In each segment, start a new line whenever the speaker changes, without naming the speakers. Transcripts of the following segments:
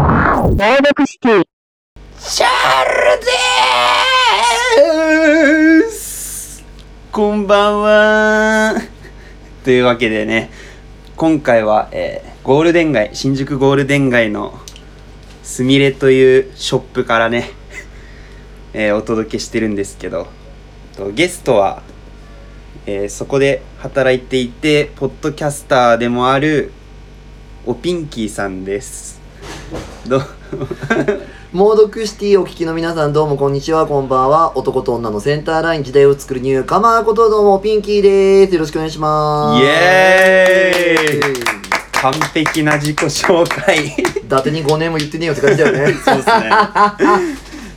朗読シティ。
チャールでーすこんばんはというわけでね今回は、えーゴールデン街新宿ゴールデン街のすみれというショップからね、えーお届けしてるんですけどとゲストは、えーそこで働いていてポッドキャスターでもあるおピンキーさんですどう
猛毒シティをお聞きの皆さんどうもこんにちはこんばんは男と女のセンターライン時代を作るニューカマーことどうもピンキーですよろしくお願いします
イエ完璧な自己紹介
ーイ 伊達に5年も言ってねえよって感じだよ ね
そうですね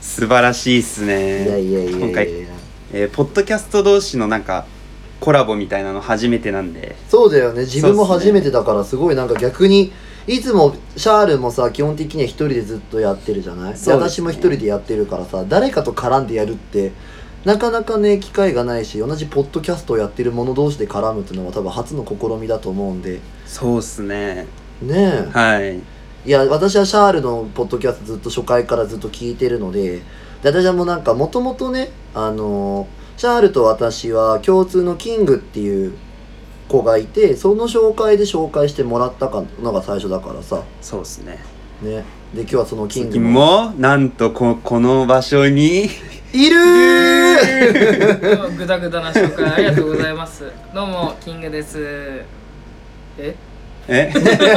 素晴らしいっすね
いやいやいやいや
今回、えーポッドキャスト同士のなんかコラボみたいなの初めてなんで
そうだよね自分も
そうっすね
初めてだからすごいなんか逆にいつもシャールもさ基本的には一人でずっとやってるじゃない、で
そうですね
私も一人でやってるからさ誰かと絡んでやるってなかなかね機会がないし同じポッドキャストをやってる者同士で絡むっていうのは多分初の試みだと思うんで
そうっすね
ねえ、
はい
いや私はシャールのポッドキャストずっと初回からずっと聞いてるのでで私はもうなんかもともとねあのーシャールと私は共通のキングっていう子がいてその紹介で紹介してもらったかのが最初だからさ
そうっすね
ねで今日はそのキング
次もなんとここの場所に
いるー
今 日グダグダな紹介ありがとうございますどうもキングですえ
えよろしく
で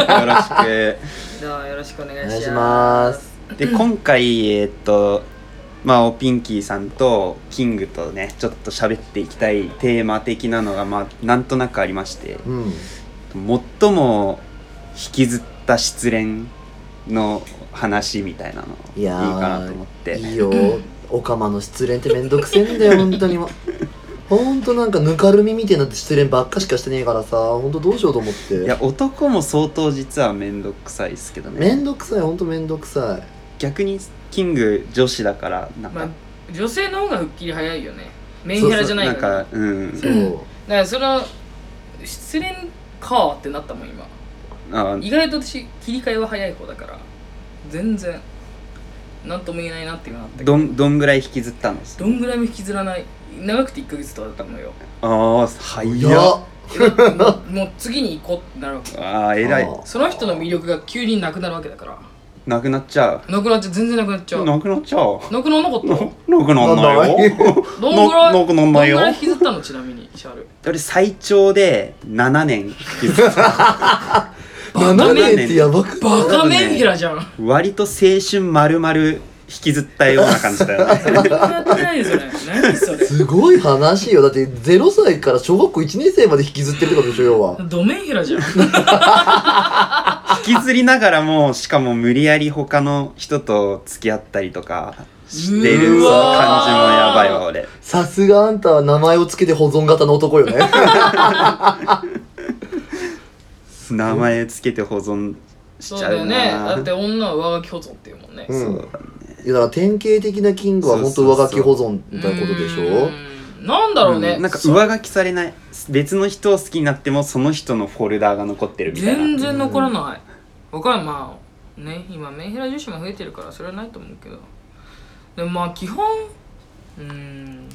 はよろしくお願いしま
お
す
願いします
で今回えーっとまあおピンキーさんとキングとねちょっと喋っていきたいテーマ的なのがまあなんとなくありまして
うん
最も引きずった失恋の話みたいなのい
い
い
やー
かなと思って
いいよオカマの失恋ってめんどくせえんだよ本当にもうほんとなんかぬかるみみたいな失恋ばっかしかしてねえからさほんとどうしようと思って
いや男も相当実は面倒くさいですけど
め
ね
んどくさいほんとめんどくさい
逆にキング女子だからなん
ま
か、
あ、女性の方が復帰早いよねメンヘラじゃない
なん
から
かうん
そう
だからその失恋かってなったもん今
あ
意外と私切り替えは早い方だから全然なんとも言えないなっていうのはあったけど
どんどんぐらい引きずったんです
どんぐらいも引きずらない長くて1ヶ月とかだったのよ
ああ早
い
っ
や
もうもう次に行こうってなるわけ
ああ偉い
あー
その人の魅力が急になくなるわけだから
なくなっちゃ
なくなっちゃう全然なくなっちゃ
う
うな
なくなっちゃう
くならなかった
な なくなんないよ
どんぐらい
ななくなんないよ
どんぐらい引きずったのちなみにシャール
俺最長で7年引きずった
7年ってやばく
バカメンヘラじゃん
割と青春まるまる引きずったような感じだよ ね
やってないですよね何それ
すごい話よだって0歳から小学校1年生まで引きずってるってことでしょ要は
ドメンヘラじゃん
引きずりながらもしかも無理やり他の人と付き合ったりとかしてる感じ
う
も
わー
やばいわ俺
さすがあんたは名前を付けて保存型の男 よね
名前つけて保存し
そう
ち
だ
ゃ
よ
うな
ねだって女は上書き保存っていうもんね、
うん
そう
いやだから典型的なキングは本当上書き保存みたいなことでしょ
うんなんだろうね、
うんなんか上書きされない別の人を好きになってもその人のフォルダーが残ってるみたい
全
な
然残らないわかるまあね今メンヘラ女子も増えてるからそれはないと思うけどでもまあ基本うん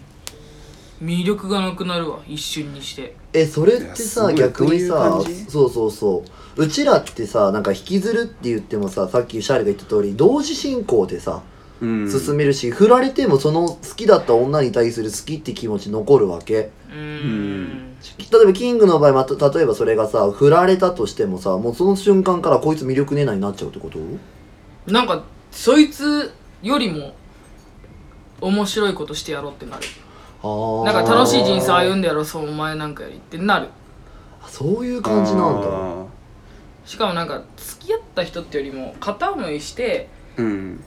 魅力がなくなるわ一瞬にして
えそれって
い
さ
やすごい
逆に
ど
さ
ういう感じ
そうそうそううちらってさなんか引きずるって言ってもささっきシャールが言った通り同時進行でさ
うん
進めるし、振られてもその好きだった女に対する好きって気持ち残るわけ
う
う
ん
ん
例えばキングの場合また例えばそれがさ振られたとしてもさもうその瞬間からこいつ魅力ねえなになっちゃうってこと
なんかそいつよりも面白いことしてやろうってなる
あ
なんか楽しい人生歩
うん
でやろうそうお前なんかよりってなる
そういう感じなんだ
あ
しかもなんか付き合った人ってよりも片思いして
ーうん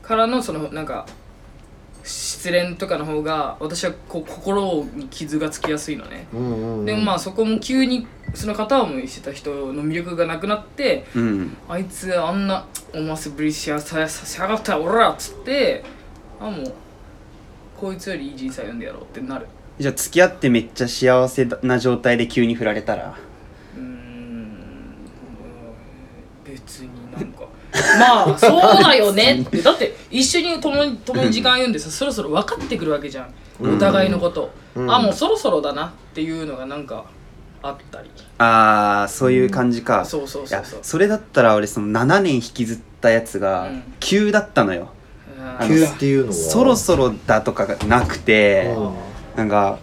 からのそのなんか失恋とかの方が私はこう心に傷がつきやすいのね、
うんうんうん
でもまあそこも急にその片思いしてた人の魅力がなくなって
うん
あいつあんな思わせぶりしやささしやがったらおらっつってあもうこいつよりいい人生歩んでやろうってなる
じゃあ付き合ってめっちゃ幸せな状態で急に振られたら
うーん別になんか まあそうだよ ねってだって一緒に共に共に時間歩んでさそろそろ分かってくるわけじゃんお互いのこと、
うん
あもうそろそろだなっていうのがなんかあったり
ああそういう感じか、
そうそう
い
そう
や
そう
それだったら俺その7年引きずったやつが
うん
急だったのよ、
うん
急っていうのは
そろそろだとかがなくて
うん
なんか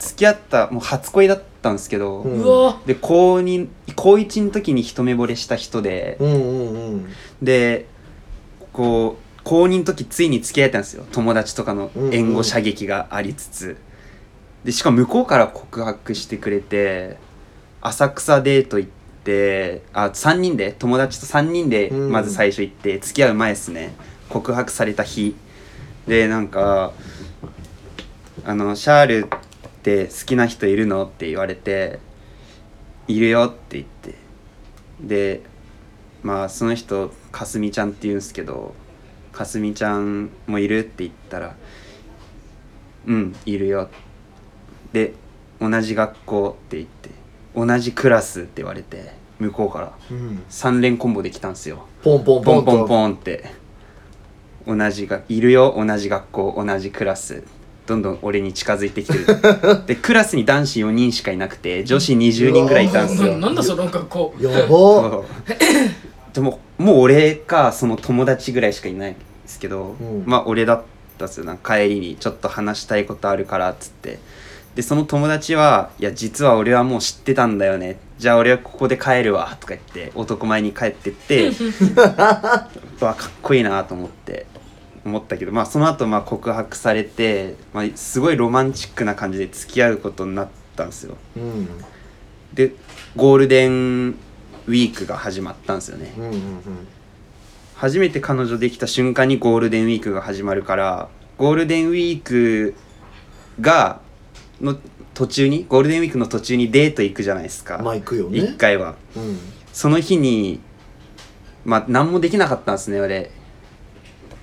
付き合ったもう初恋だったんですけど、
うん
うわ
で高2高1の時に一目惚れした人で、
うんうんうん
でこう高2の時ついに付き合えたんですよ友達とかの援護射撃がありつつ、でしかも向こうから告白してくれて浅草デート行ってあ3人で友達と3人で
うん
まず最初行って、付き合う前ですね告白された日でなんか「あのシャールって好きな人いるの?」って言われて「いるよ」って言ってでまあその人かすみちゃんって言うんですけど「かすみちゃんもいる?」って言ったら「うんいるよ」で同じ学校って言って同じクラスって言われて向こうから
うん
3連コンボできたんですよ
ポンポン
ポン
ポン
ポン
と
ポンって同じがいるよ同じ学校同じクラスどんどん俺に近づいてきてるでクラスに男子4人しかいなくて女子20人ぐらいいたんです
な
よ
なんだその学校
やば
そうでももう俺かその友達ぐらいしかいないんですけど、
うん
まあ俺だったっすよなんか帰りにちょっと話したいことあるからっつってでその友達は「いや実は俺はもう知ってたんだよねじゃあ俺はここで帰るわ」とか言って男前に帰ってって うわかっこいいなと思って思ったけどまあその後まあ告白されて、まあ、すごいロマンチックな感じで付き合うことになったんですよ
うん
でゴールデンウィークが始まったんですよね
うんうんうん
初めて彼女できた瞬間にゴールデンウィークが始まるからゴールデンウィークがの途中にゴールデンウィークの途中にデート行くじゃないですか、
まあ行くよね
1回は
うん
その日にまあ何もできなかったんですね俺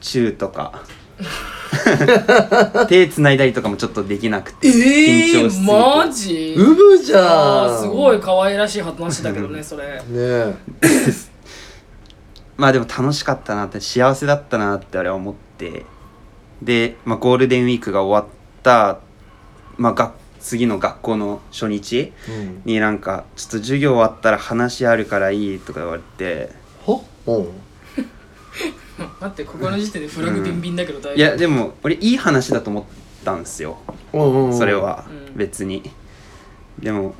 チューと か手繋いだりとかもちょっとできなくて
ええ
緊張しすぎて
マジ
うぶじ
あ
ゃ
ー
ん
すごい可愛らしい話だけどねそれ
ねえ
まあでも楽しかったなって幸せだったなって俺は思ってで、まあ、ゴールデンウィークが終わった、まあ、が次の学校の初日
うん
になんか「ちょっと授業終わったら話あるからいい」とか言われて
はうん
待ってここの時点でフラグビンビンだけど大
い
丈
やでも俺いい話だと思ったんですよ
うんうんうん
それは
うん
別にでも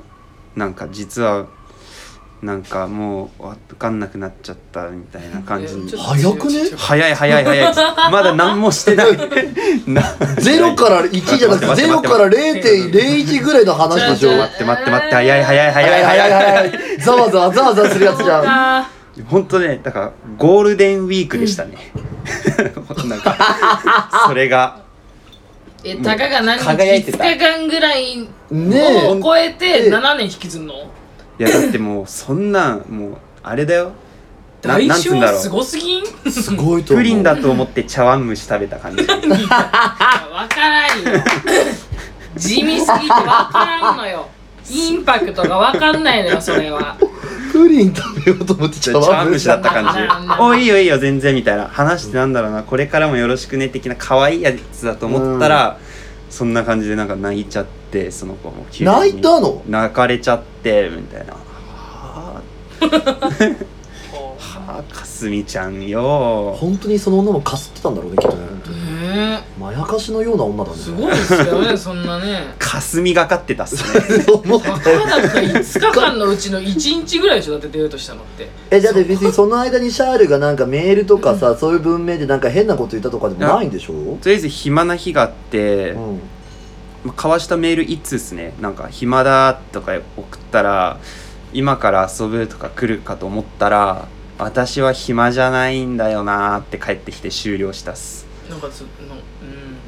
なんか実はなんかもう分かんなくなっちゃったみたいな
夫
感じ
いや
に
ちょっと
早くね
ちょっと
早い早い早いまだ何もしてない な
ゼロから1じゃなくて
待って
ゼロ
待って
から0.01ぐらいの話でしょ
違う違う
待って待って待って早い早い早い早い
早い早いざわざわざわざわするやつじゃん
あ
本当ねだからゴールデンウィークでしたね なんかそれが
ーえたかが何日
輝いてた
5日間ぐらい
ね
を超えて
え
7年引きずんの
いやだってもうそんなんもうあれだよな
代
なんつうんだ
償
ろ
す
う
ごすぎんい
えすごいと
プ
思う
リンだと思って茶碗蒸し食べた感じ
やわから んよ地味すぎてわからんのよインパクトがわかんないのよそれは
プリン食べようと思って
茶碗蒸しだった感じ
うん
おいいよいいよ全然みたいな話してなんだろうなこれからもよろしくね的な可愛いやつだと思ったら、そんな感じでなんか泣いちゃってその子も急に
泣いたの
泣かれちゃってみたいなはあ
こ
はあかすみちゃんよ
本当にその女もかすってたんだろうねきっとね
うね
まやかしのような女だね
えすごいですよねそんなね
かすみがかってたっすね
思った
バカだった5日間のうちの1日ぐらいでしょだってデートしたのって
えだって別にその間にシャールがなんかメールとかさそういう文明でなんか変なこと言ったとかでもないんでしょう
とりあえず暇な日があって、
ん
まあ交わしたメール一通ですねなんか「暇だ」とか送ったら「今から遊ぶ」とか来るかと思ったら「私は暇じゃないんだよな」って帰ってきて終了したっす
なんかそのう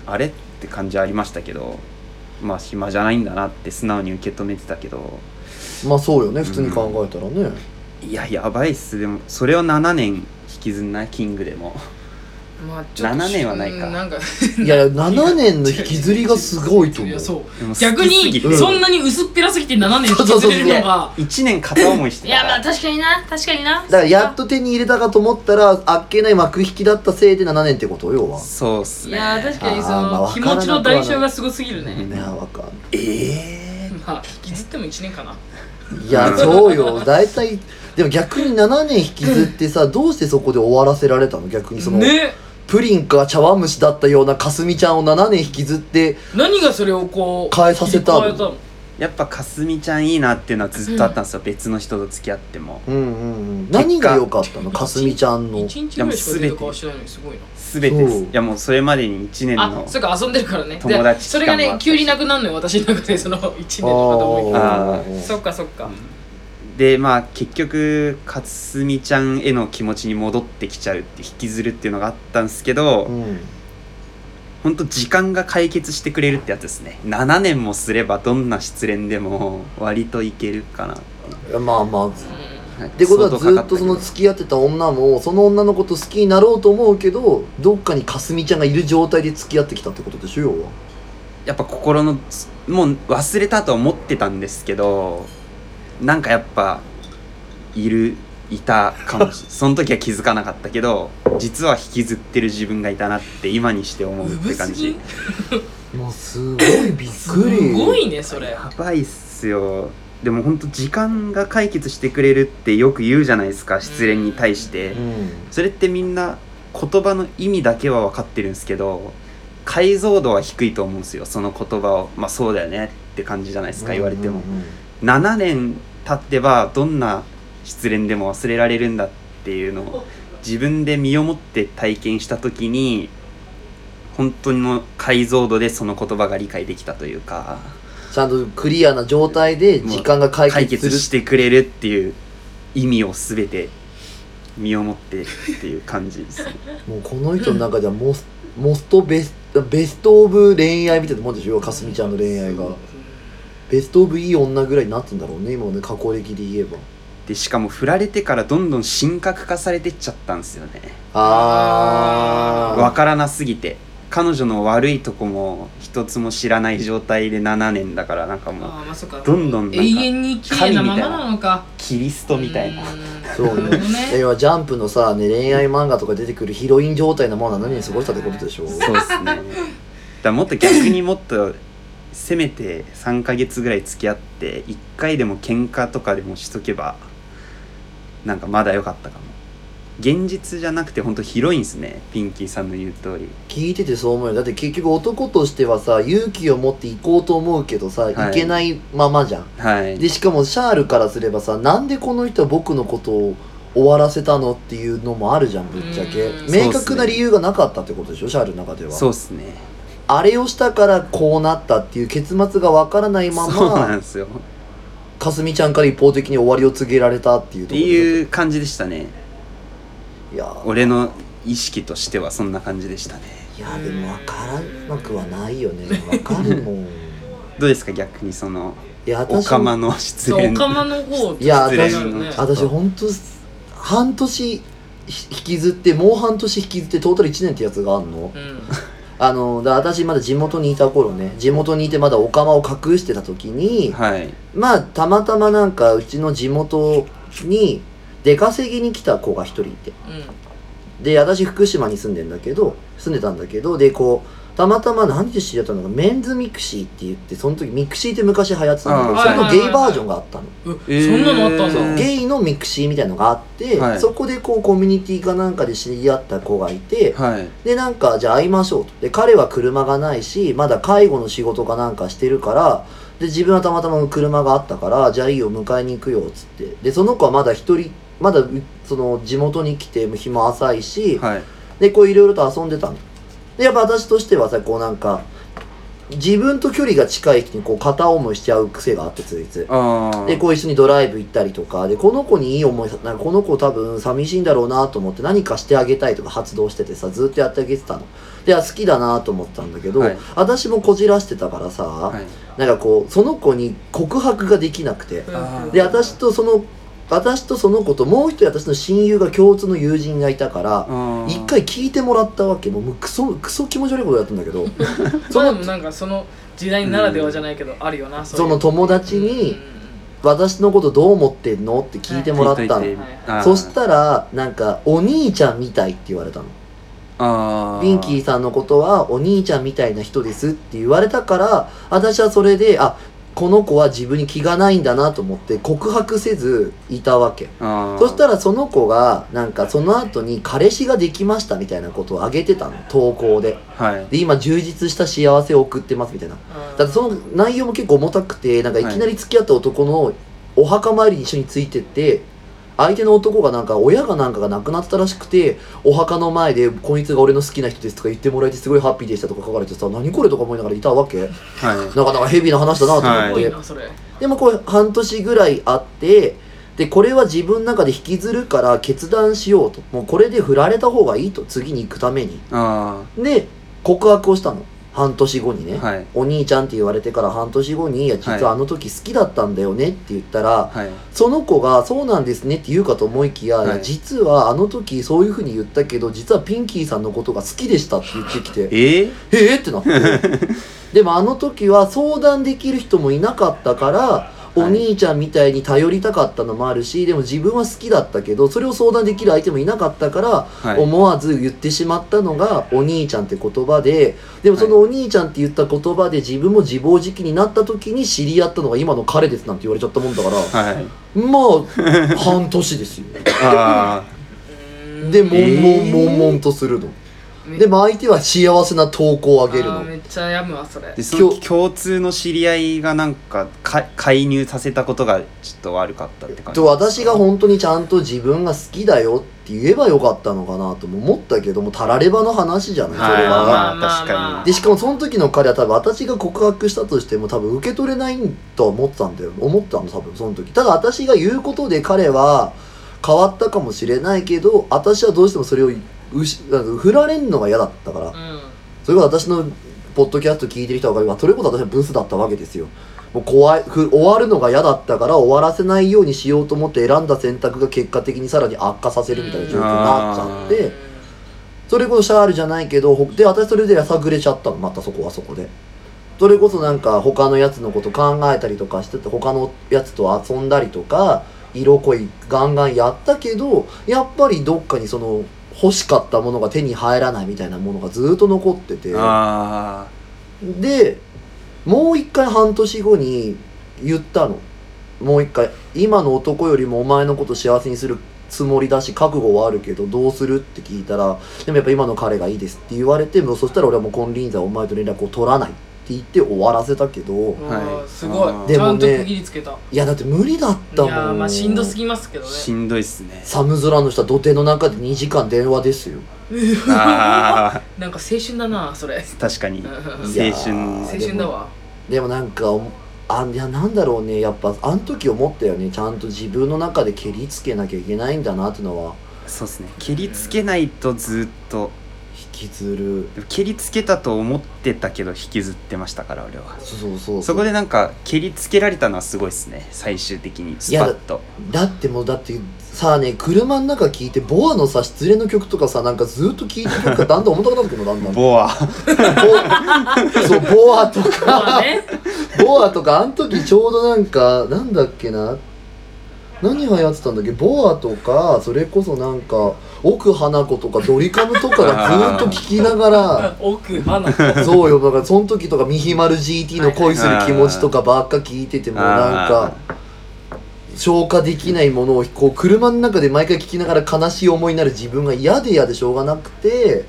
あれって感じありましたけどまあ暇じゃないんだなって素直に受け止めてたけど
まあそうよね普通に考えたらね
いややばいっすでもそれを7年引きずんないキングでも
まあちょっと
7年はないか
うんなんか
いや7年の引きずりがすごいと
い
思う
やそう
でも好
逆
きす
に
ぎて
そんなに薄っぺらすぎて7年引きずれるのが
1年片思いして
い
た
や
か
まあ
ら
確かにな確かにな
だからやっと手に入れたかと思ったらあっけない幕引きだったせいで7年ってこと要は
そうっす
い
ね
や確かにそ
あーまあ
の
わ
気
からなくは
持
ない
ちの代償がすごすぎる
う
ね
ん
いやわかんないえ
まあ引きずっても1年かない
えいやそうよ大体でも逆に7年引きずってさどうしてそこで終わらせられたの逆にその、
ね
プリンか茶碗蒸しだったようなかすみちゃんを7年引きずって
何がそれをこう
変えさせたの
変えの
やっぱかすみちゃんいいなっていうのはずっとあったんですよ、別の人と付き合っても
うんうんうん何が良かったのかすみちゃんの
1日ぐらいしか出て顔してないのにすごいな
全てです
そう
いやもうそれまでに1年
あ
の
そうか遊んでるからねで
友達
それが
期間もあ
ね
ったし
急になくなるのよ私の中でその1年の片思いが
あ
ー
そっかそっか
でまあ結局かすみちゃんへの気持ちに戻ってきちゃうって引きずるっていうのがあったんですけど、
うん
ほんと時間が解決してくれるってやつですね7年もすればどんな失恋でも割といけるかなっ
いやまあまあ
う
ってことはずっとその付き合ってた女もその女のこと好きになろうと思うけどどっかにかすみちゃんがいる状態で付き合ってきたってことでしょ要は
やっぱ心のもう忘れたとは思ってたんですけどなんかやっぱいるいたかも しれその時は気づかなかったけど実は引きずってる自分がいたなって今にして思うって感じ
うぶすぎん
もうすごいびっくり
すごいねそれ
やばいっすよでもほんと時間が解決してくれるってよく言うじゃないですか失恋に対して
うん
それってみんな言葉の意味だけは分かってるんですけど解像度は低いと思うんですよその言葉をまあそうだよねって感じじゃないですか言われても、
うんうんうん
7年経ってばどんな失恋でも忘れられるんだっていうのを自分で身をもって体験した時に本当の解像度でその言葉が理解できたというか
ちゃんとクリアな状態で時間が解
解
決
決し
する
てくれるっていう意味を全て身をもってっていう感じですね
もうこの人の中ではモスモストベストベストオブ恋愛みたいなもんでしょ要はかすみちゃんの恋愛がベストオブいい女ぐらいになってんだろうね今のね過去歴で言えば
でしかも振られてからどんどん神格化されてっちゃったんですよね
あー
わからなすぎて彼女の悪いとこも一つも知らない状態で7年だからなんかもう
ああまあそっか
どんどんなんか
永遠に綺麗なままなのか
キリストみたいな
うーん
そう
なる
ね
ほどね。
要はジャンプのさ、ね、恋愛漫画とか出てくるヒロイン状態のものは何に過ごしたってことでしょ
そうですねだからもっと逆にもっとせめて3ヶ月ぐらい付き合って1回でも喧嘩とかでもしとけばなんかまだ良かったかも現実じゃなくてほんと広いんすねピンキーさんの言う通り
聞いててそう思うよだって結局男としてはさ勇気を持って行こうと思うけどさ、
い
行けないままじゃん
はい
でしかもシャールからすればさなんでこの人は僕のことを終わらせたのっていうのもあるじゃんぶっちゃけ
うん
明確な理由がなかったってことでしょシャールの中では
そうっすね
あれをしたからこうなったっていう結末がわからないま
そうな
ま
んですよっ
かすみちゃんから一方的に終わりを告げられたっていうと
て
ころで
いう感じでしたね
いやー
俺の意識としてはそんな感じでしたね
いやでも分からなくはないよね分か るもん
どうですか逆にその
いや
お
私
かまの失
そう
恋
おかまの方
いや私
失礼なね
私ほんと半年ひ引きずってもう半年引きずってトータル1年ってやつがあんの
うん
あのだ私まだ地元にいた頃ね地元にいてまだおかまを隠してた時に
はい
まあたまたまなんかうちの地元に出稼ぎに来た子が一人いて
うん
で私福島に住んでんだけど住んでたんだけどでこうたまたま何で知り合ったのかメンズミクシーって言ってその時ミクシーって昔流行ってたんだけ
あ
ど
あ
それのゲイバージョンがあったの、
う
えー
そんなのあった
はい
ん
はい
だ
ゲイのミクシーみたいのがあって、
はい
そこでこうコミュニティかなんかで知り合った子がいて、
はい
でなんかじゃあ会いましょうとで彼は車がないしまだ介護の仕事かなんかしてるからで自分はたまたま車があったからじゃあいいよ迎えに行くよっつってでその子はまだ一人まだうその地元に来て日も浅いし、
はい
でこういろいろと遊んでたのでやっぱ私としてはさこうなんか自分と距離が近い人にこう片思いしちゃう癖があってついつい
ああ
でこう一緒にドライブ行ったりとかでこの子にいい思いさなんかこの子多分寂しいんだろうなと思って何かしてあげたいとか発動しててさずっとやってあげてたのであ好きだなと思ってたんだけど、
はい
私もこじらしてたからさ、
はい
なんかこうその子に告白ができなくて
うん
あー
で私とその私とその子ともう一人私の親友が共通の友人がいたから
うん
一回聞いてもらったわけもうもうクソクソ気持ち悪いことやったんだけど
それでもなんかその時代ならではじゃないけど、あるよな
その友達に「私のことどう思ってんの?」って聞いてもらったの
聞いといてあー
そしたらなんか「お兄ちゃんみたい」って言われたの
あー
ビンキーさんのことはお兄ちゃんみたいな人ですって言われたから私はそれであこの子は自分に気がないんだなと思って告白せずいたわけ
あー
そしたらその子がなんかその後に彼氏ができましたみたいなことをあげてたの投稿で
はい
で今充実した幸せを送ってますみたいなだってその内容も結構重たくてなんかいきなり付き合った男のお墓参りに一緒についてって相手の男がなんか親がなんかが亡くなってたらしくてお墓の前で「こいつが俺の好きな人です」とか言ってもらえてすごいハッピーでしたとか書かれてさ何これとか思いながらいたわけ
はい
なかなかヘビーな話だなと思
す
っ
ご
て、
いなそれ
でもこう半年ぐらいあってでこれは自分の中で引きずるから決断しようともうこれで振られた方がいいと次に行くために
あ
で告白をしたの半年後にね、
あはい
お兄ちゃんって言われてから半年後に「いや実はあの時好きだったんだよね」って言ったら、
はい
その子が「そうなんですね」って言うかと思いきや「いや
はい
実はあの時そういうふうに言ったけど実はピンキーさんのことが好きでした」って言ってきて
えー、
「えっ!」ってなって でもあの時は相談できる人もいなかったから
い
お兄ちゃんみたいに頼りたかったのもあるしでも自分は好きだったけどそれを相談できる相手もいなかったから
はい
思わず言ってしまったのが「お兄ちゃん」って言葉ででもその「お兄ちゃん」って言った言葉で自分も自暴自棄になった時に知り合ったのが今の彼ですなんて言われちゃったもんだから
はい
まあ半年ですよ
あ
でもんも
え
ん
ー
もんもんとするの
め
でも相手は幸せな投稿をあげる
あー
の
めっちゃやむわそれ
あでその
今日
共通の知り合いがなんかか介入させたことがちょっと悪かったって感じ
と私が本当にちゃんと自分が好きだよって言えばよかったのかなとも思ったけどもたらればの話じゃないそ
はい
れは。
まあ
まあ
まあ確
まあま
か
あ
でしかもその時の彼は多分私が告白したとしても多分受け取れないとは思ってたんだよ思ってたの多分その時ただ私が言うことで彼は変わったかもしれないけど私はどうしてもそれをうしなんか振られんのが嫌だったから
うん
それが私のポッドキャスト聞いてる人は分かるわそれこそ私はブスだったわけですよもう怖いふ終わるのが嫌だったから終わらせないようにしようと思って選んだ選択が結果的にさらに悪化させるみたいな状況になっちゃっ
う
て
ん
それこそシャールじゃないけどほで私それでやさぐれちゃったのまたそこはそこでそれこそなんか他のやつのこと考えたりとかしてて他のやつと遊んだりとか色恋ガンガンやったけどやっぱりどっかにその欲しかったものが手に入らないみたいなものがずっと残ってて
にあ
でもう一回半年後に言ったのもう一回今の男よりもお前のこと幸せにするつもりだし覚悟はあるけどどうするって聞いたらでもやっぱ今の彼がいいですって言われてもうそしたら俺はもう金輪際お前と連絡を取らないって言って終わらせたけど
う
はい
わーすごい、
あー
ち
で
ゃ
も
んと
ね
区切りつけた、
いやだって無理だっ
い
た
や
もん
ーまあしんどすぎますけど
あ
ね
しんどいっすね
寒空の下土手の中で2時間電話ですよ
あ
なんか青春だなそれ
ー確かに
うん
青
青
いやー
春だわ
でもなんかあいやなんだろうねやっぱあの時思ったよねちゃんと自分の中で蹴りつけなきゃいけないんだなってのは
そうっすね蹴りつけないとずっと
引きずる
でも蹴りつけたと思ってたけど引きずってましたから俺は
そうそうそう
そこでなんか蹴りつけられたのはすごいっすね最終的にスパッと
だってもうだってさあね車の中聞いてボアのさ失恋の曲とかさなんかずっと聴いてる曲がだんだん重たくなってくるのだんだん ボ
ボア
そうボアと
まあ
か
ね
ボアとかあの時ちょうどなんかなんだっけな何流行ってたんだっけボアとかそれこそなんか奥花子とかドリカムとかがずっと聴きながら
奥花子
そうよだからその時とか「ミヒマル GT」の恋する気持ちとかばっか聞いててもうなんか。消化できないものをこう車の中で毎回聞きながら悲しい思いになる自分が嫌で嫌でしょうがなくて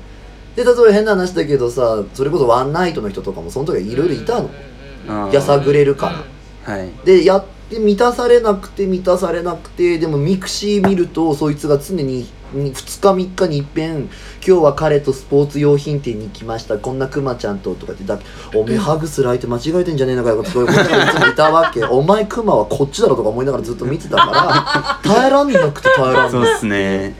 で例えば変な話だけどさそれこそワンナイトの人とかもその時はいろいろいたの
あー
やさぐれるから
はい
でやって満たされなくて満たされなくてでもミクシー見るとそいつが常に2日3日に一遍今日は彼とスポーツ用品店に来ましたこんなクマちゃんと」とかってだおめえハグする相手間違えてんじゃねえのかよ」とかそういうことがいつもいたわけ「 お前クマはこっちだろ」とか思いながらずっと見てたから耐えらんなくて耐えらん
そう
ない
っすね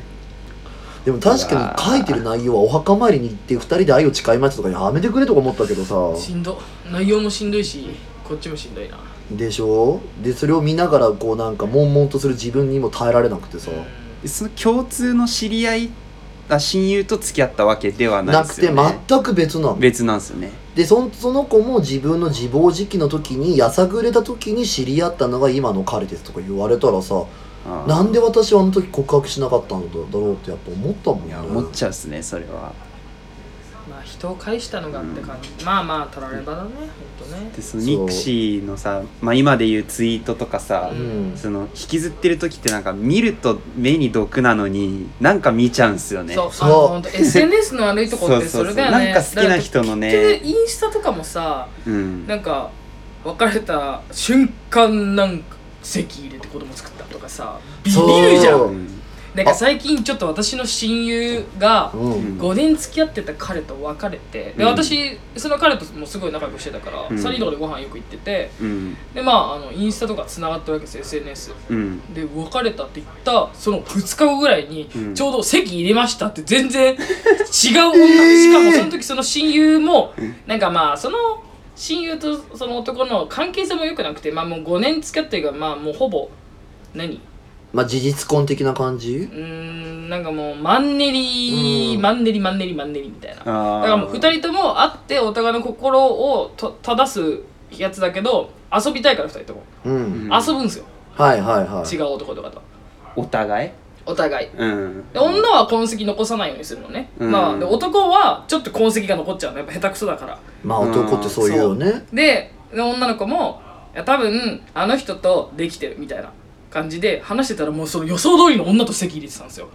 でも確かに書いてる内容はお墓参りに行って2人で愛を誓いましたとかやめてくれとか思ったけどさ
しんど内容もしんどいしこっちもしんどいな
でしょでそれを見ながらこうなんか悶々とする自分にも耐えられなくてさ、
でその共通の知り合いあ親友と付き合ったわけではない
な
で
く
す
て
よね
全く別なの
別なんですよね
でそんその子も自分の自暴自棄の時にやさぐれた時に知り合ったのが今の彼ですとか言われたらさ
あー
なんで私はあの時告白しなかったんだろうってやっぱ思ったもん
い
ね
や思っちゃうっすねそれは
まあ人を返したのがって感じ、まあまあ取られ場だねほんとね
でその
そう
ミクシーのさ、まあ、今で言うツイートとかさ、
うん
その引きずってる時ってなんか見ると目に毒なのになんか見ちゃうんすよね
そう
そう
あのほんと SNS の悪いとこってそれだよね
なんか好きな人の
だから結
ね
局インスタとかもさ
うん
なんか別れた瞬間なんか籍入れて子供作ったとかさビビるじゃ
そ
ん
う
なんか最近ちょっと私の親友が
うん
5年付き合ってた彼と別れてで
うん
私その彼ともすごい仲良くしてたから、
うん
3人とかでご飯よく行ってて
うん
でまああのインスタとかつながってるわけですよ SNS
うん
で別れたって言ったその2日後ぐらいに、
うん
ちょうど席入れましたって全然違う 女、しかもその時その親友もなんかまあその親友とその男の関係性も良くなくてまあもう5年付き合ってるからまあもうほぼ何
まあ事実婚的な感じ
うーんなんかもうマンネリ
うん
マンネリマンネリマンネリみたいなだ
あ
からもう2人とも会ってお互いの心をと正すやつだけど遊びたいから2人とも、
うん、
ん
遊ぶんですよ
はいはいはい
違う男とかと
お互い
お互い
うん
で女は痕跡残さないようにするのね、
うん
まあ、で男はちょっと痕跡が残っちゃうのやっぱ下手くそだから
まあ男ってそういうよね
でで女の子もいや多分あの人とできてるみたいな感じで話してたらもうその予想通りの女と席入れてたんですよ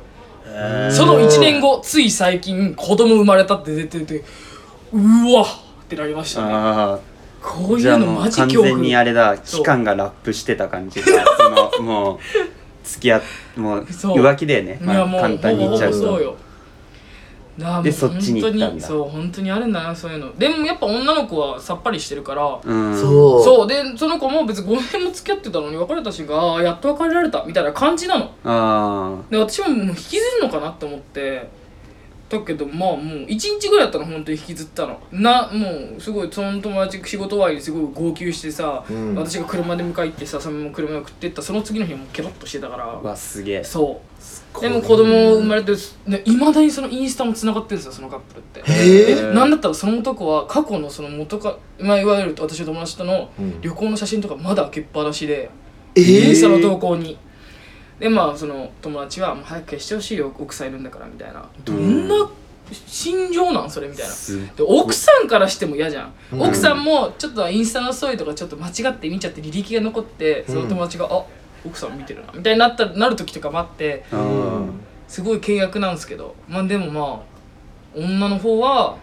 その1年後つい最近子供生まれたって出ててうわってなりましたね
あ
こ
あ
うい
じゃ
う
あ
の
も
マ
う
ジ
完
恐
全にあ
怖
れだ
そう
期間がラップしてた感じがそのもう付き合っもう
そう
浮気だよね、
い
ま
や
あ、
もう
簡単に言っちゃう
ほぼほぼそう
と
よだからもう
でそっちに行ったんだ
本当にそう本当にあるんだなそういうのでもやっぱ女の子はさっぱりしてるから
うん
そう
そうでその子も別に5年も付き合ってたのに別れた瞬間あーやっと別れられたみたいな感じなの
あ
で私ももう引きずるのかなって思ってだけどまあもう1日ぐらいだったの本当に引きずったのなもうすごいその友達仕事終わりですごい号泣してさ、
うん
私が車で迎え行ってさそのも車で送ってったその次の日はもうケロッとしてたから
あわすげえ
そうでも子供生まれていまだにそのインスタもつながってるんですよそのカップルって
へ
え
でなんだったらその男は過去のその元か、まあ、いわゆる私の友達との
うん
旅行の写真とかまだ開けっぱなしで、
え
インスタ
ー、
の投稿にでまあその友達は「もう早く消してほしいよ奥さんいるんだから」みたいなどんな心情なんそれみたいな
す
で奥さんからしても嫌じゃん、
うん
奥さんもちょっとインスタのストーリーとかちょっと間違って見ちゃって履歴が残ってその友達が「あ奥さん見てるな」みたいになったなる時とかもあって
う
うんん
すごい契約なんですけどまあでもまあ女の方は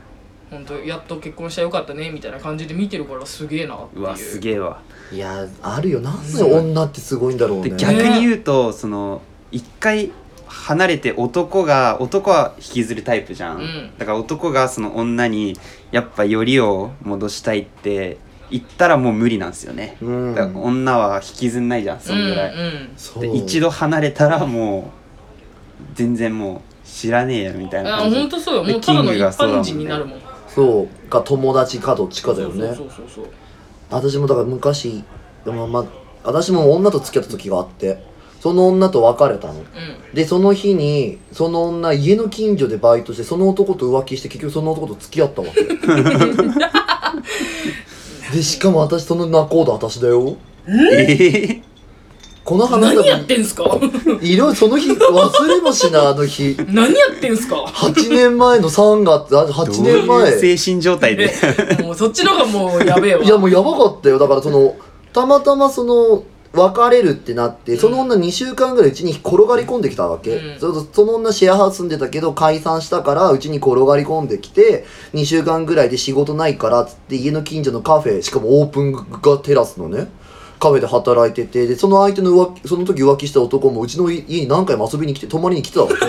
本当やっと結婚したらよかったねみたいな感じで見てるからすげえなっていう
うわす
え
げえわ
いやあるよなんで女ってすごいんだろう
で
ね
逆に言うとその一回離れて男が男は引きずるタイプじゃん、
うん
だから男がその女にやっぱよりを戻したいって言ったらもう無理なんですよね、
うん
だから女は引きずんないじゃんそ
うんん
ぐ
う
らい、
ん
そう
で一度離れたらもう全然もう知らねえよみたいな
あ
感じ
本当そうよ
で
もうただの
キン
一
グがそうだもんね
般人になるもん
そうか友達かどっちかだよね
そうそうそうそう
私もだから昔でもまあ私も女と付き合った時があってその女と別れたの
う
でその日にその女家の近所でバイトしてその男と浮気して結局その男と付き合ったわ けでしかも私その仲人私だよ
え
この
ん
話
何やってんすか
いろいろその日忘れもしなあの日
何やってんすか
8年前の3月あ
ー、ど
8
う
年前
いう精神状態 で
もうそっちの方がもうやべえわ
いやもうやばかったよだからそのたまたまその別れるってなってその女2週間ぐらいうちに転がり込んできたわけ、
うん
それとその女シェアハウス住んでたけど解散したからうちに転がり込んできて2週間ぐらいで仕事ないからっつって家の近所のカフェしかもオープンがテラスのねカフェで働いててでその相手の浮気その時浮気した男もうちの家に何回も遊びに来て泊まりに来てたわけ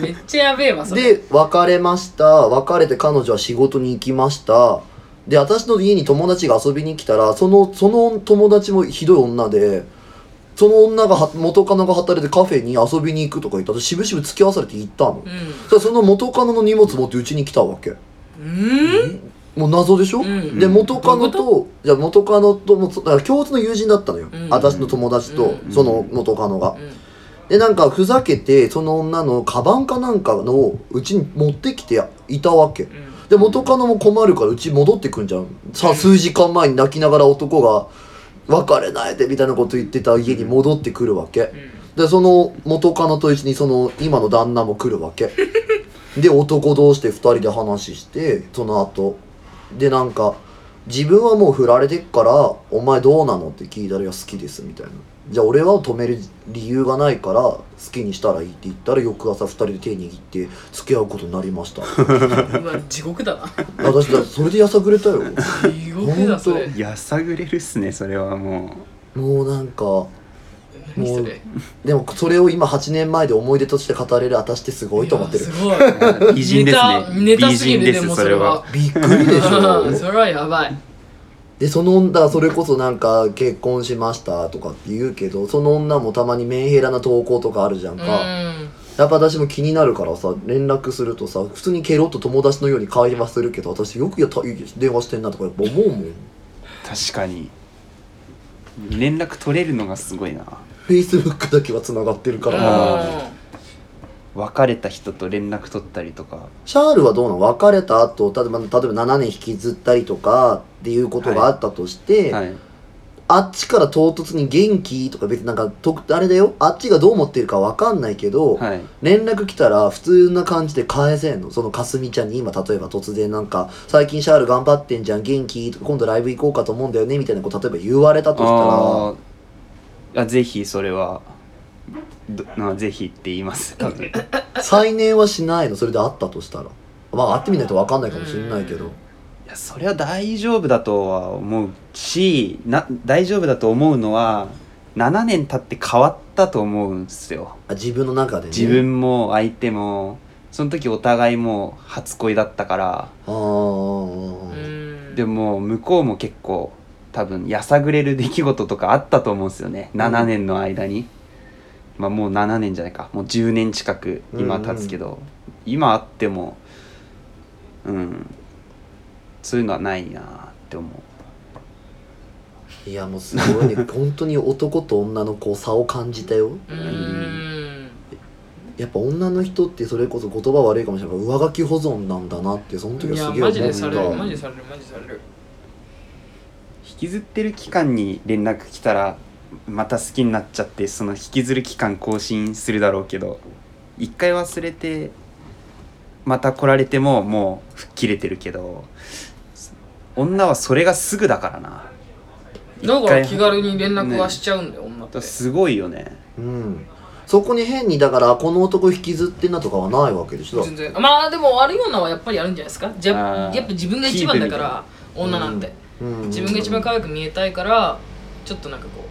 めっちゃやべえわそれ
で別れました別れて彼女は仕事に行きましたで私の家に友達が遊びに来たらそのその友達もひどい女でその女がは元カノが働いてカフェに遊びに行くとか言ったとしぶしぶ付き合わされて行ったの、
うん
そしたらその元カノの荷物持ってうちに来たわけ
うん
もう謎でしょ、
うん
で元カノ
ど
とじゃあ元カノともだから共通の友人だったのよ、
うん
私の友達と
うん
その元カノが、
うん
でなんかふざけてその女のカバンかなんかのうちに持ってきていたわけ
うん
で元カノも困るからうち戻ってくんじゃんさあ数時間前に泣きながら男が別れないでみたいなこと言ってた家に戻ってくるわけでその元カノと一緒にその今の旦那も来るわ けで男同士で2人で話してその後でなんか自分はもう振られてっから「お前どうなの?」って聞いたら「いや好きです」みたいな「じゃあ俺は止める理由がないから好きにしたらいい」って言ったら翌朝2人で手握って付き合うことになりました
うんうわ地獄だな
私だってそれでやさぐれたよ
地獄だそれ
ほん
やさぐれるっすねそれはも
もうなんか
何それ
でもそれを今8年前で思い出として語れる私ってすごいと思ってる
いやすごいう
美人ですね
ネタネタすぎ
美人で
るですも
そ
そ
れ
れ
は
は
びっくりでしょ
うんそれはやばい
でその女それこそなんか結婚しましたとかって言うけどその女もたまにメンヘラな投稿とかあるじゃん
う
か、
ん
やっぱ私も気になるからさ連絡するとさ普通にケロッと友達のように会話するけど私よくやた電話してんなとかやっぱ思うもん
確かに連絡取れるのがすごいな
Facebook だけは繋がってるから、
あ別れた人と連絡取ったりとか
シャールはどうなの別れた後例えば例えば7年引きずったりとかっていうことがあったとして、
はい
あっちから唐突に「元気?」とか別になんかとあれだよあっちがどう思ってるかわかんないけど、
はい
連絡来たら普通な感じで返せんのそのかすみちゃんに今例えば突然なんか「最近シャール頑張ってんじゃん元気?」とか「今度ライブ行こうかと思うんだよね」みたいなこと例えば言われたと
あ
し
ーあぜひそれはどなぜひって言います多分
たら再燃はしないのそれであったとしたらまあ会ってみないと分かんないかもしれないけど
いやそれは大丈夫だとは思うしな大丈夫だと思うのは7年経って変わったと思うんですよ
あ自分の中でね
自分も相手もその時お互いもう初恋だったから
あ
う
ー
ん
でも向こうも結構多分やさぐれる出来事とかあったと思うんですよね7年の間に、まあもう7年じゃないかもう10年近く今経つけど、今あってもうんそういうのはないなって思
いやもうすごいね本当に男と女のこう差を感じたよ
うん
やっぱ女の人ってそれこそ言葉悪いかもしれないけど上書き保存なんだなってその時
いや
はすげえ思
マ
っ
ジ
た
でされるマジでされるマジでされる
う引きずってる期間に連絡来たらまた好きになっちゃってその引きずる期間更新するだろうけど一回忘れてまた来られてももう吹っ切れてるけど女はそれがすぐだからな
だから気軽に連
ね
絡はしちゃうんだよ女って
すごいよね
うんそこに変にだからこの男引きずってんなとかはないわけでしょ
全然まあでも悪い女はやっぱりあるんじゃないですかじ
あ
ゃ
ー
やっぱ自分が一番だから女なんて、
うん
自分が一番可愛く見えたいからちょっとなんかこ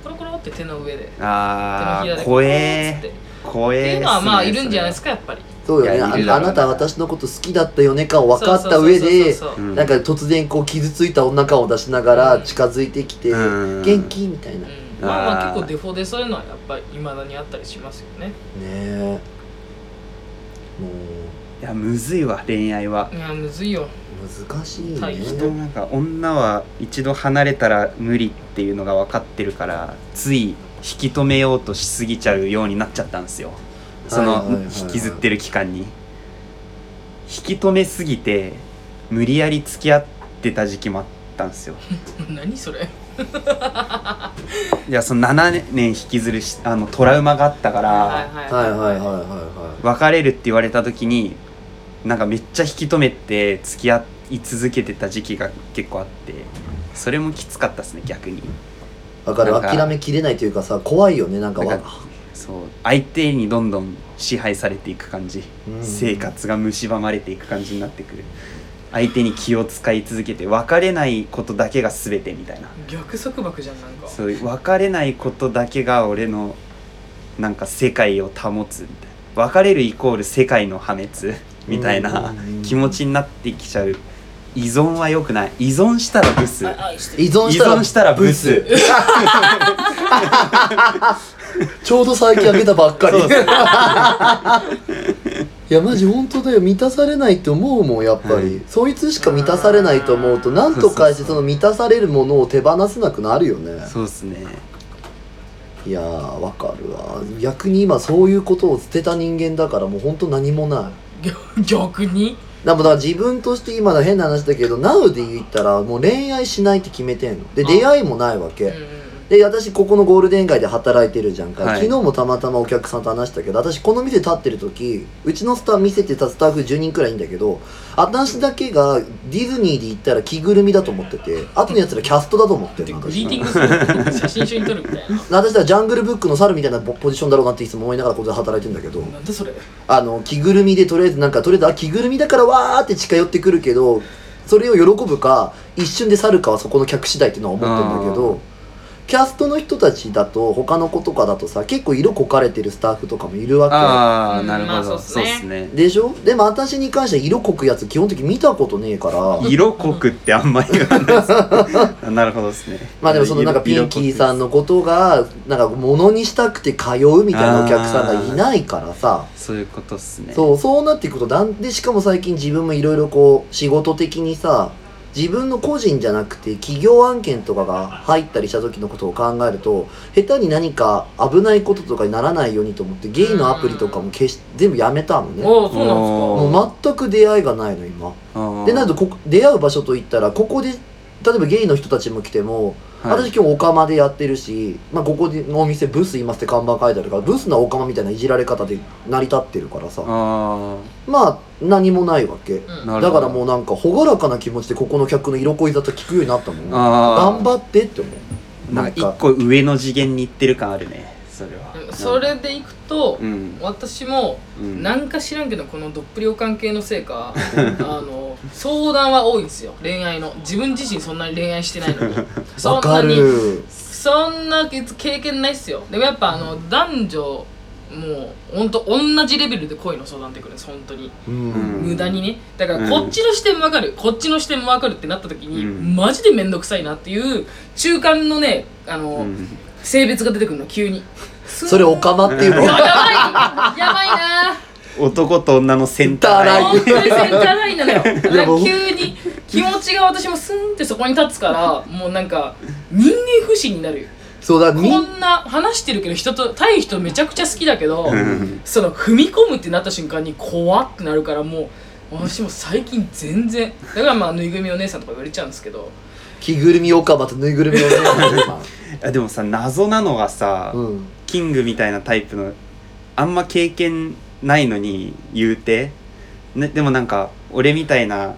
うコロコロって手の上で手の
あ
ひら
ー怖
でコロコロっつって
え怖
ってい
え
うのはまあいるんじゃないですかやっぱり
そう
い
よね
やいる
あ
だ
あ
ろうな
なた私のこと好きだったよね感を分かった上で
そうそうそうそう
うん
なんか突然こう傷ついた女感を出しながら
うん
近づいてきて「
うん
元気?」みたいなね
うんまあま
あ
あ
ー
結構デフォでそういうのはやっぱりいまだにあったりしますよね
えも
いやむずいわ恋愛はい
やむずいよ
う難しいね
はい
人なんか女は一度離れたら無理っていうのが分かってるからつい引き止めようとしすぎちゃうようになっちゃったんですよそ
はいはいはい
の
はい
引きずってる期間に引き止めすぎて無理やり付き合ってた時期もあったんですよ
何それ
いやその7年引きずるしあのトラウマがあったから、
はい
はいはいはいはい
い
は
別れるって言われた時になんかめっちゃ引き止めて付き合い続けてた時期が結構あってそれもきつかったですね逆に
いわかる
なんか
諦めきれないというかさ怖いよねなんかわ
なんかそう相手にどんどん支配されていく感じ、
うん
生活が蝕まれていく感じになってくる相手に気を使い続けて別れないことだけが全てみたいな
逆束縛じゃんなんか
そういう別れないことだけが俺のなんか世界を保つみたいな別れるイコール世界の破滅みたいな
うんうんうん
気持ちになってきちゃう依存は良くない依存したらブス依
あ愛してる
依存したら
存したらブス
ちょうど最近あげたばっかり
そうそう
いやマジ本当だよ満たされないって思うもんやっぱり、
はい
そいつしか満たされないと思うとなんとかしてその満たされるものを手放せなくなるよね
そうっすね
いやーわかるわ逆に今そういうことを捨てた人間だからもう本当何もない
逆逆に
でもだから自分として今の変な話だけど Now で言ったらもう恋愛しないって決めてんので
あ
出会いもないわけ、
うんうん
で私ここのゴールデン街で働いてるじゃんか、
はい
昨日もたまたまお客さんと話したけど私この店立ってる時うちのスタッフ見せてたスタッフ10人くらいいんだけど私だけがディズニーで行ったら着ぐるみだと思ってて後のやつらキャストだと思って
で
る
グ
私
リーティングする写真一緒に撮るみ たいな
私はジャングルブックの猿みたいなポポジションだろうなっていつも思いながらここで働いてんだけど
なんだそれ
あの着ぐるみでとりあえずなんかとりあえずあ着ぐるみだからわーって近寄ってくるけどそれを喜ぶか一瞬で去るかはそこの客次第っていうのは思ってるんだけ
あー
どキャストの人たちだと他の子とかだとさ結構色こかれてるスタッフとかもいるわ
ああ
うん
なるほど、
まあそ
そうう
っ
っ
す
すね
けでしょでも私に関しては色こくやつ基本的に見たことねえから
色濃くってあんまり言わないです あなるほどっすね
まあでもそのなんかピンキーさんのことがなんか物にしたくて通うみたいなお客さんがいないからさ
そういうことっすね
そうそうなっていくとなんでしかも最近自分もいろいろこう仕事的にさ自分の個人じゃなくて企業案件とかが入ったりした時のことを考えると下手に何か危ないこととかにならないようにと思ってゲイのアプリとかも消し全部やめたのね
おおそうなん
お
で
ー
す
もう全く出会いがないの今
ああ
でなるとここ出会う場所といったらここで例えばゲイの人たちも来ても、
はい
私今日オカマでやってるし、まあ、ここでのお店ブスいますって看板書いてあるからブスなオカマみたいないじられ方で成り立ってるからさ
あ
まあ何もないわけ
か
あ
うん
なる
だ
ほど
からもうなんか朗らかな気持ちでここの客の色恋沙汰聞くようになったもん
あ
頑張ってって思う
あなんか一個上の次元に行ってる感あるねそれは
それでいくと
うん
私も
うん
なんか知らんけどこのどっぷりお関係のせいかあの相談は多いんですよ恋愛の自分自身そんなに恋愛してないのに そ
わ
んな
か
に
る
そんな経験ないっすよでもやっぱあの男女もうほんと同じレベルで恋の相談ってくるんです本当に
うん、
うん
無駄にねだから
うん
こっちの視点もわかる、こっちの視点もわかるってなった時に、
うん
マジで面倒くさいなっていう中間のねあの、
うん
性別が出てくるの急に
それオカマっていうの
やばいやばいな
男と女のセンターライン
本当にセンターラインなのよ
いやもう
急に気持ちが私もスンってそこに立つからもうなんか人間不信になるよ
そうだみ
こんな話してるけど人と対人めちゃくちゃ好きだけど
うん
その踏み込むってなった瞬間に怖ってなるからもう私も最近全然だからまあぬいぐるみお姉さんとか言われちゃうんですけど
着ぐるみオカマとぬいぐるみオカマ今
あでもさ謎なのが さ、
うん
キングみたいなタイプのあんま経験ないのに言うて、ね、でもなんか俺みたいな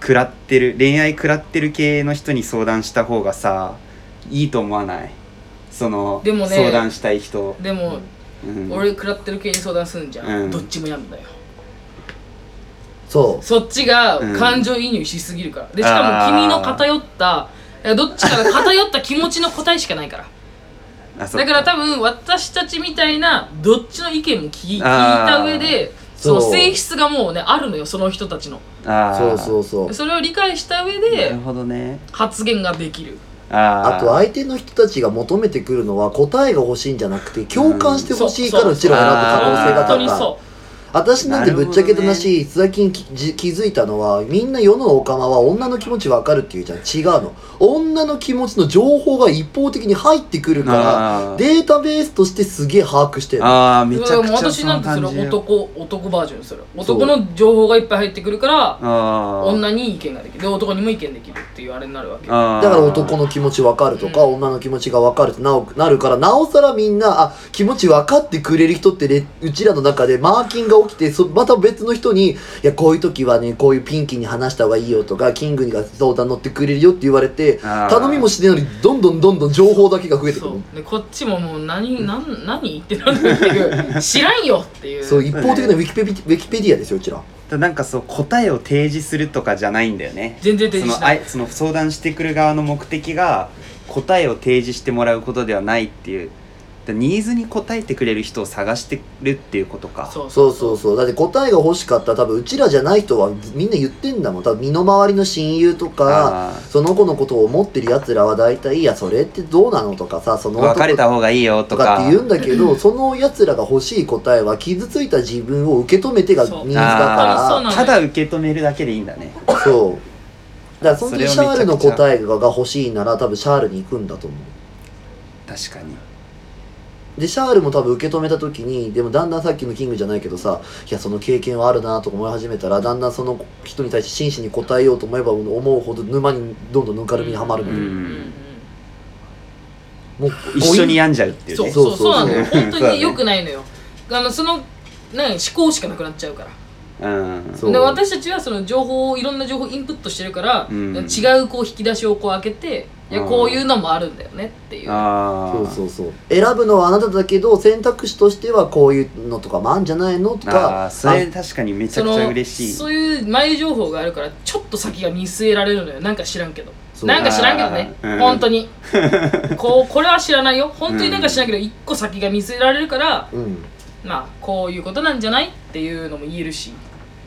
食らってる恋愛食らってる系の人に相談した方がさいいと思わないその
でもね
相談したい人、
でも
うん
俺食らってる系に相談すんじゃん、
うん
どっちもやんだよ
そう
そっちが
うん
感情移入しすぎるから、でしか
あ
も
ー
君の偏ったどっちかが偏った気持ちの答えしかないから
あ そっ
だから多分私たちみたいなどっちの意見も聞い聞いた上でその
そう
性質がもうねあるのよその人たちの
あ
そう
う
そうそう
それを理解した上
な
で
るほどね
発言ができる
あー
あと相手の人たちが求めてくるのは答えが欲しいんじゃなくて共感してほしいから
そう
うちらを選ぶ可能
本当
性
に
が高い
そ
私なんてぶっちゃけたなし最近きじ気づいたのはみんな世のオカマは女の気持ちわかるっていうじゃん違うの女の気持ちの情報が一方的に入ってくるか
あ
ら
ー
データベースとしてすげえ把握してる
あー
う
め
で
ちゃ
も
くちゃ
私
その
なんてそ
感
れ
じ
男男バージョンする男の情報がいっぱい入ってくるから
あー
女に意見ができるで男にも意見できるっていうあれになるわけ
あー
だから男の気持ちわかるとか、
う
女の気持ちがわかるってなおなるからなおさらみんなあ気持ち分かってくれる人ってねうちらの中でマーキンが起きてそまた別の人に「いやこういう時はねこういうピンキーに話した方がいいよ」とか「キングにが相談乗ってくれるよ」って言われて
あー
頼みもしないのにどんどんどんどん情報だけが増えてくる
そうでこっちももう何何何言ってなるっ ていう知らんよっていう
そう一方的なウィキペディウィキペディアですようちら
だなんかそう答えを提示するとかじゃないんだよね
全然提
その
示しない
あいその相談してくる側の目的が答えを提示してもらうことではないっていうでニーズに応えてくれる人を探してるっていうことか
そう
そうそうそうだって答えが欲しかったら多分うちらじゃない人はみんな言ってんだもん多分身の回りの親友とか
あ
その子のことを思ってるやつらは大体「いやそれってどうなの?」とかさそ
ー
の
別れた方がいいよと
とか
か
って言うんだけどそのやつらが欲しい答えは傷ついた自分を受け止めてがニーズだ
あー
そう
か
なんだよ
ただ受け止めるだけでいいんだね
らそうだからその時シャールの
それをめちゃくちゃ
答えが欲しいなら多分シャールに行くんだと思う
確かに
でシャールも多分受け止めた時にでもだんだんさっきのキングじゃないけどさいやその経験はあるなとか思い始めたらだんだんその人に対して真摯に答えようと思えば思うほど沼にどんどんぬかるみにはまるので、
うん
もう
一緒に病んじゃうっていう
そう
ね
そうそうなんだよ
そうそう
本当に良くないのよあのそのなんか思考しかなくなっちゃうから
うん
そう
で私たちはその情報をいろんな情報をインプットしてるから、
うん
違うこう引き出しをこう開けていや
うん
こういうのもあるんだよねっていう
あ
そう
あ
そうそう選ぶのはあなただけど選択肢としてはこういうのとかもあるんじゃないのと
あ
か
ーそれ確かにめちゃ
そ
く
の
ちゃ嬉しい
そういう前情報があるからちょっと先が見据えられるのよなんか知らんけど
そう
なんか知らんけどね、
あーうん
本当 にこうこれは知らないよ本当になんか知らんけど一個先が見据えられるから、
うん
まあこういうことなんじゃないっていうのも言えるし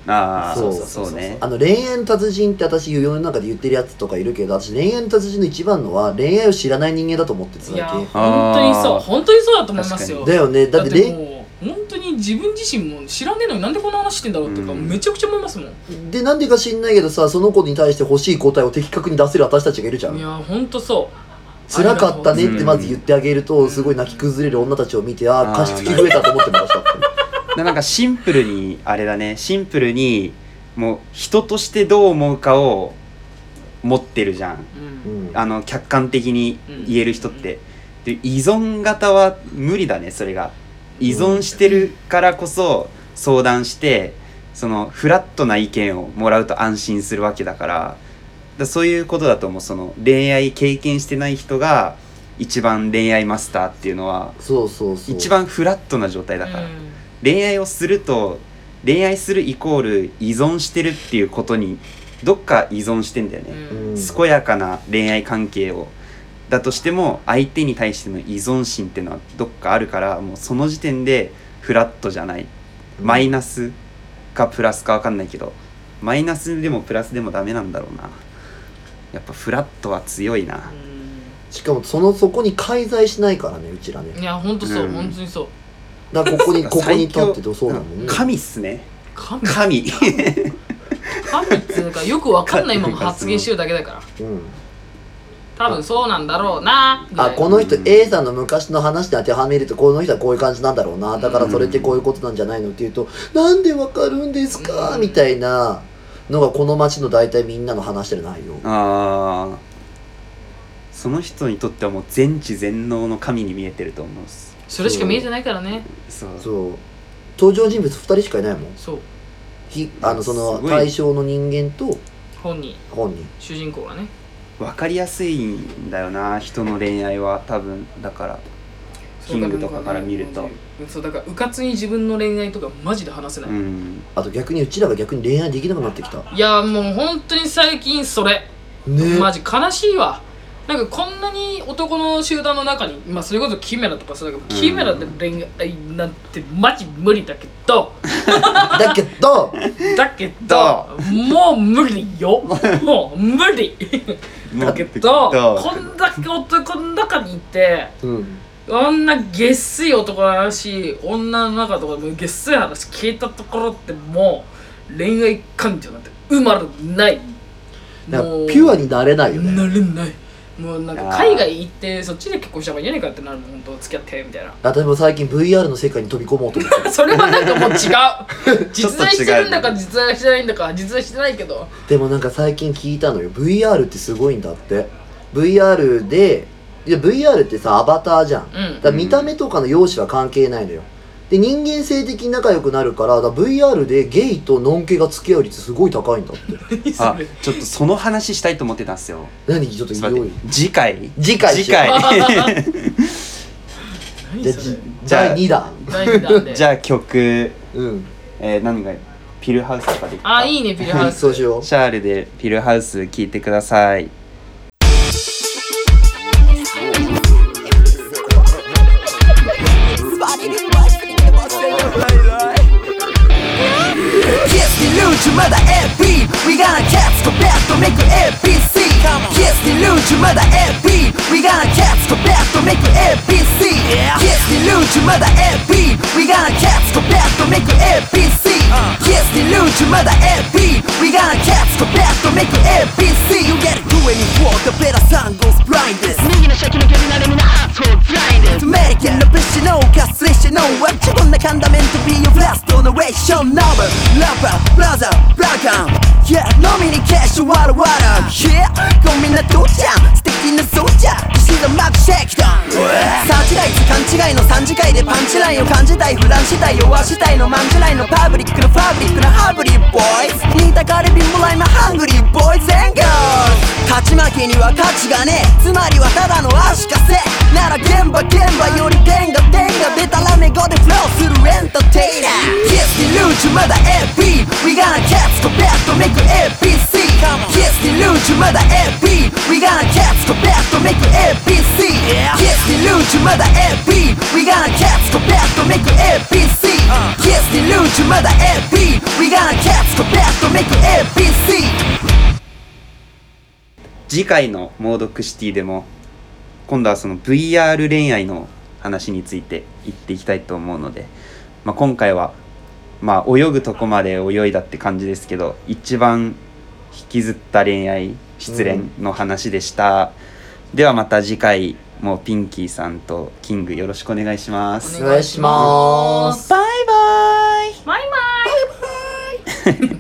ああ
そ
そううそうそうね
あの恋愛の達人って私世の中で言ってるやつとかいるけど私恋愛の達人の一番のは恋愛を知らない人間だと思ってた
いや
だけ
本当にそう
あー
本当にそうだと思いますよ
だよねだ
だっ
ってて恋
もう本当に自分自身も知らねえのになんでこんな話してんだろうとか
うん
めちゃくちゃ思いますもん、
でなんでか知んないけどさその子に対して欲しい答えを的確に出せる私たちがいるじゃ
い
ん
や本当そう
辛かったねってまず言ってあげると
ん
すごい泣き崩れる女たちを見て
あ
あ
ー
あ加湿器増えたと思ってました
でなんかシンプルにあれだねシンプルにもう人としてどう思うかを持ってるじゃん
う
う、
んん
あの客観的に言える人って、で依存型は無理だねそれが依存してるからこそ相談してそのフラットな意見をもらうと安心するわけだからだからそういうことだと思うその恋愛経験してない人が一番恋愛マスターっていうのは
そうそうそう
一番フラットな状態だから、
うん
恋愛をすると恋愛するイコール依存してるっていうことにどっか依存してんだよね、
うん
うん
健やかな恋愛関係をだとしても相手に対しての依存心っていうのはどっかあるからもうその時点でフラットじゃないマイナスかプラスか分かんないけどマイナスでもプラスでもダメなんだろうなやっぱフラットは強いな
しかもそのそこに介在しないからねうちら
うん
ね
いや本当そう、
うん
本当にそう
だからここにここに
最
立
強
っててそうだもんね
神っすね
神
神
神っていうかよくわかんないまま発言してるだけだから
うん
多分そうなんだろうなぐらい
あこの人 A さんの昔の話に当てはめるとこの人はこういう感じなんだろうなだからそれってこういうことなんじゃないのっていうとなんでわかるんですか
うん
みたいなのがこの町の大体みんなの話してる内容
ああその人にとってはもう全知全能の神に見えてると思うっす
それしか見えてないからね
そう
そう登場人物2人しかいないもん
そう
ひあのそ
す
の
ごい
対象の人間と
本人
本人
主人公がね
分かりやすいんだよな人の恋愛は多分だからキングとかから見ると
そうだからうかつに自分の恋愛とかマジで話せない、
うん
あと逆にうちらが逆に恋愛できなくなってきた
いやもう本当に最近それ
ね
マジ悲しいわなんかこんなに男の集団の中に、まあ、それこそキメラとかそうだけど、
うん
キメラで恋愛なんてマジ無理だけど
だけど
だけどもう無理よもう無理だけどこんだけ男の中にいて
うん
こんなげっすい男の話女の中とかでもげっすい話聞いたところってもう恋愛感情なんて生まれない
だからピュアになれないよね
なれないもうなんか
あー
海外行ってそっちで結婚した方がいいんじゃないかってなるもん本当付き合ってみたいな
私も最近 VR の世界に飛び込もうと思 ってる
それはなんかもう違う
ちょ
実
っと違う
在してるんだか実在してないんだか実在してないけど
でもなんか最近聞いたのよ VR ってすごいんだって VR でいや VR ってさアバターじゃん
うん
だから見た目とかの容姿は関係ないのよで人間性的に仲良くなるからだから VR でゲイとノンケが付き合う率すごい高いんだって
何そ
あ
れ
ちょっとその話したいと思ってたんですよ
何ちょっと
ちょっ
い
と待っ
ろい
て次回
次回
次 回
何
じゃ
それ
じゃあ
第2弾
何だね
じゃあ曲、
うん
えー何がピルハウスとかでいい
あいいねピルハウス
そうしよう
シャールでピルハウス聴いてください
まだ AP We gonna catch the best to make you ABC Yes にルージュまだ AP We gonna catch the best to make you ABC You get it 上に for the better sun goes blind this
右の先の蹴りなれみんなアートブラインド
To make it the best you know かすれして know わっちこんな簡単面と be your last donation Number Rapper Brother Brother Yeah 飲みに消しわらわら Yeah こんみんなどうじゃん素敵なそうじゃ自信のマークシェイクダウンサーチライズ勘違いの3次会でパンチラインを感じたいフランしたい弱したいのマンジュラインのパブリックのファブリックのハブリーボーイズ似たかれ貧乏ラインのハングリーボーイズエンガー勝ち負けには価値がねえつまりはただの足かせなら現場現場より天が天が出たらめ語でフローするエンターテイナー Yes にルージュまだ AP We gonna catch the best to make you ABC Yes にルージュまだ AP We gonna catch the best to make you ABC Yes にルージュまだ AP We gonna catch the best to make you ABC Yes にルージュまだ AP We gonna catch the best to make you ABC
次回の「モードクシティ」でも今度はその VR 恋愛の話について言っていきたいと思うので、まあ、今回はまあ泳ぐとこまで泳いだって感じですけど一番引きずった恋愛失恋の話でした、ではまた次回もピンキーさんとキングよろしくお願いします
お願いします
バイバイ
バイバイ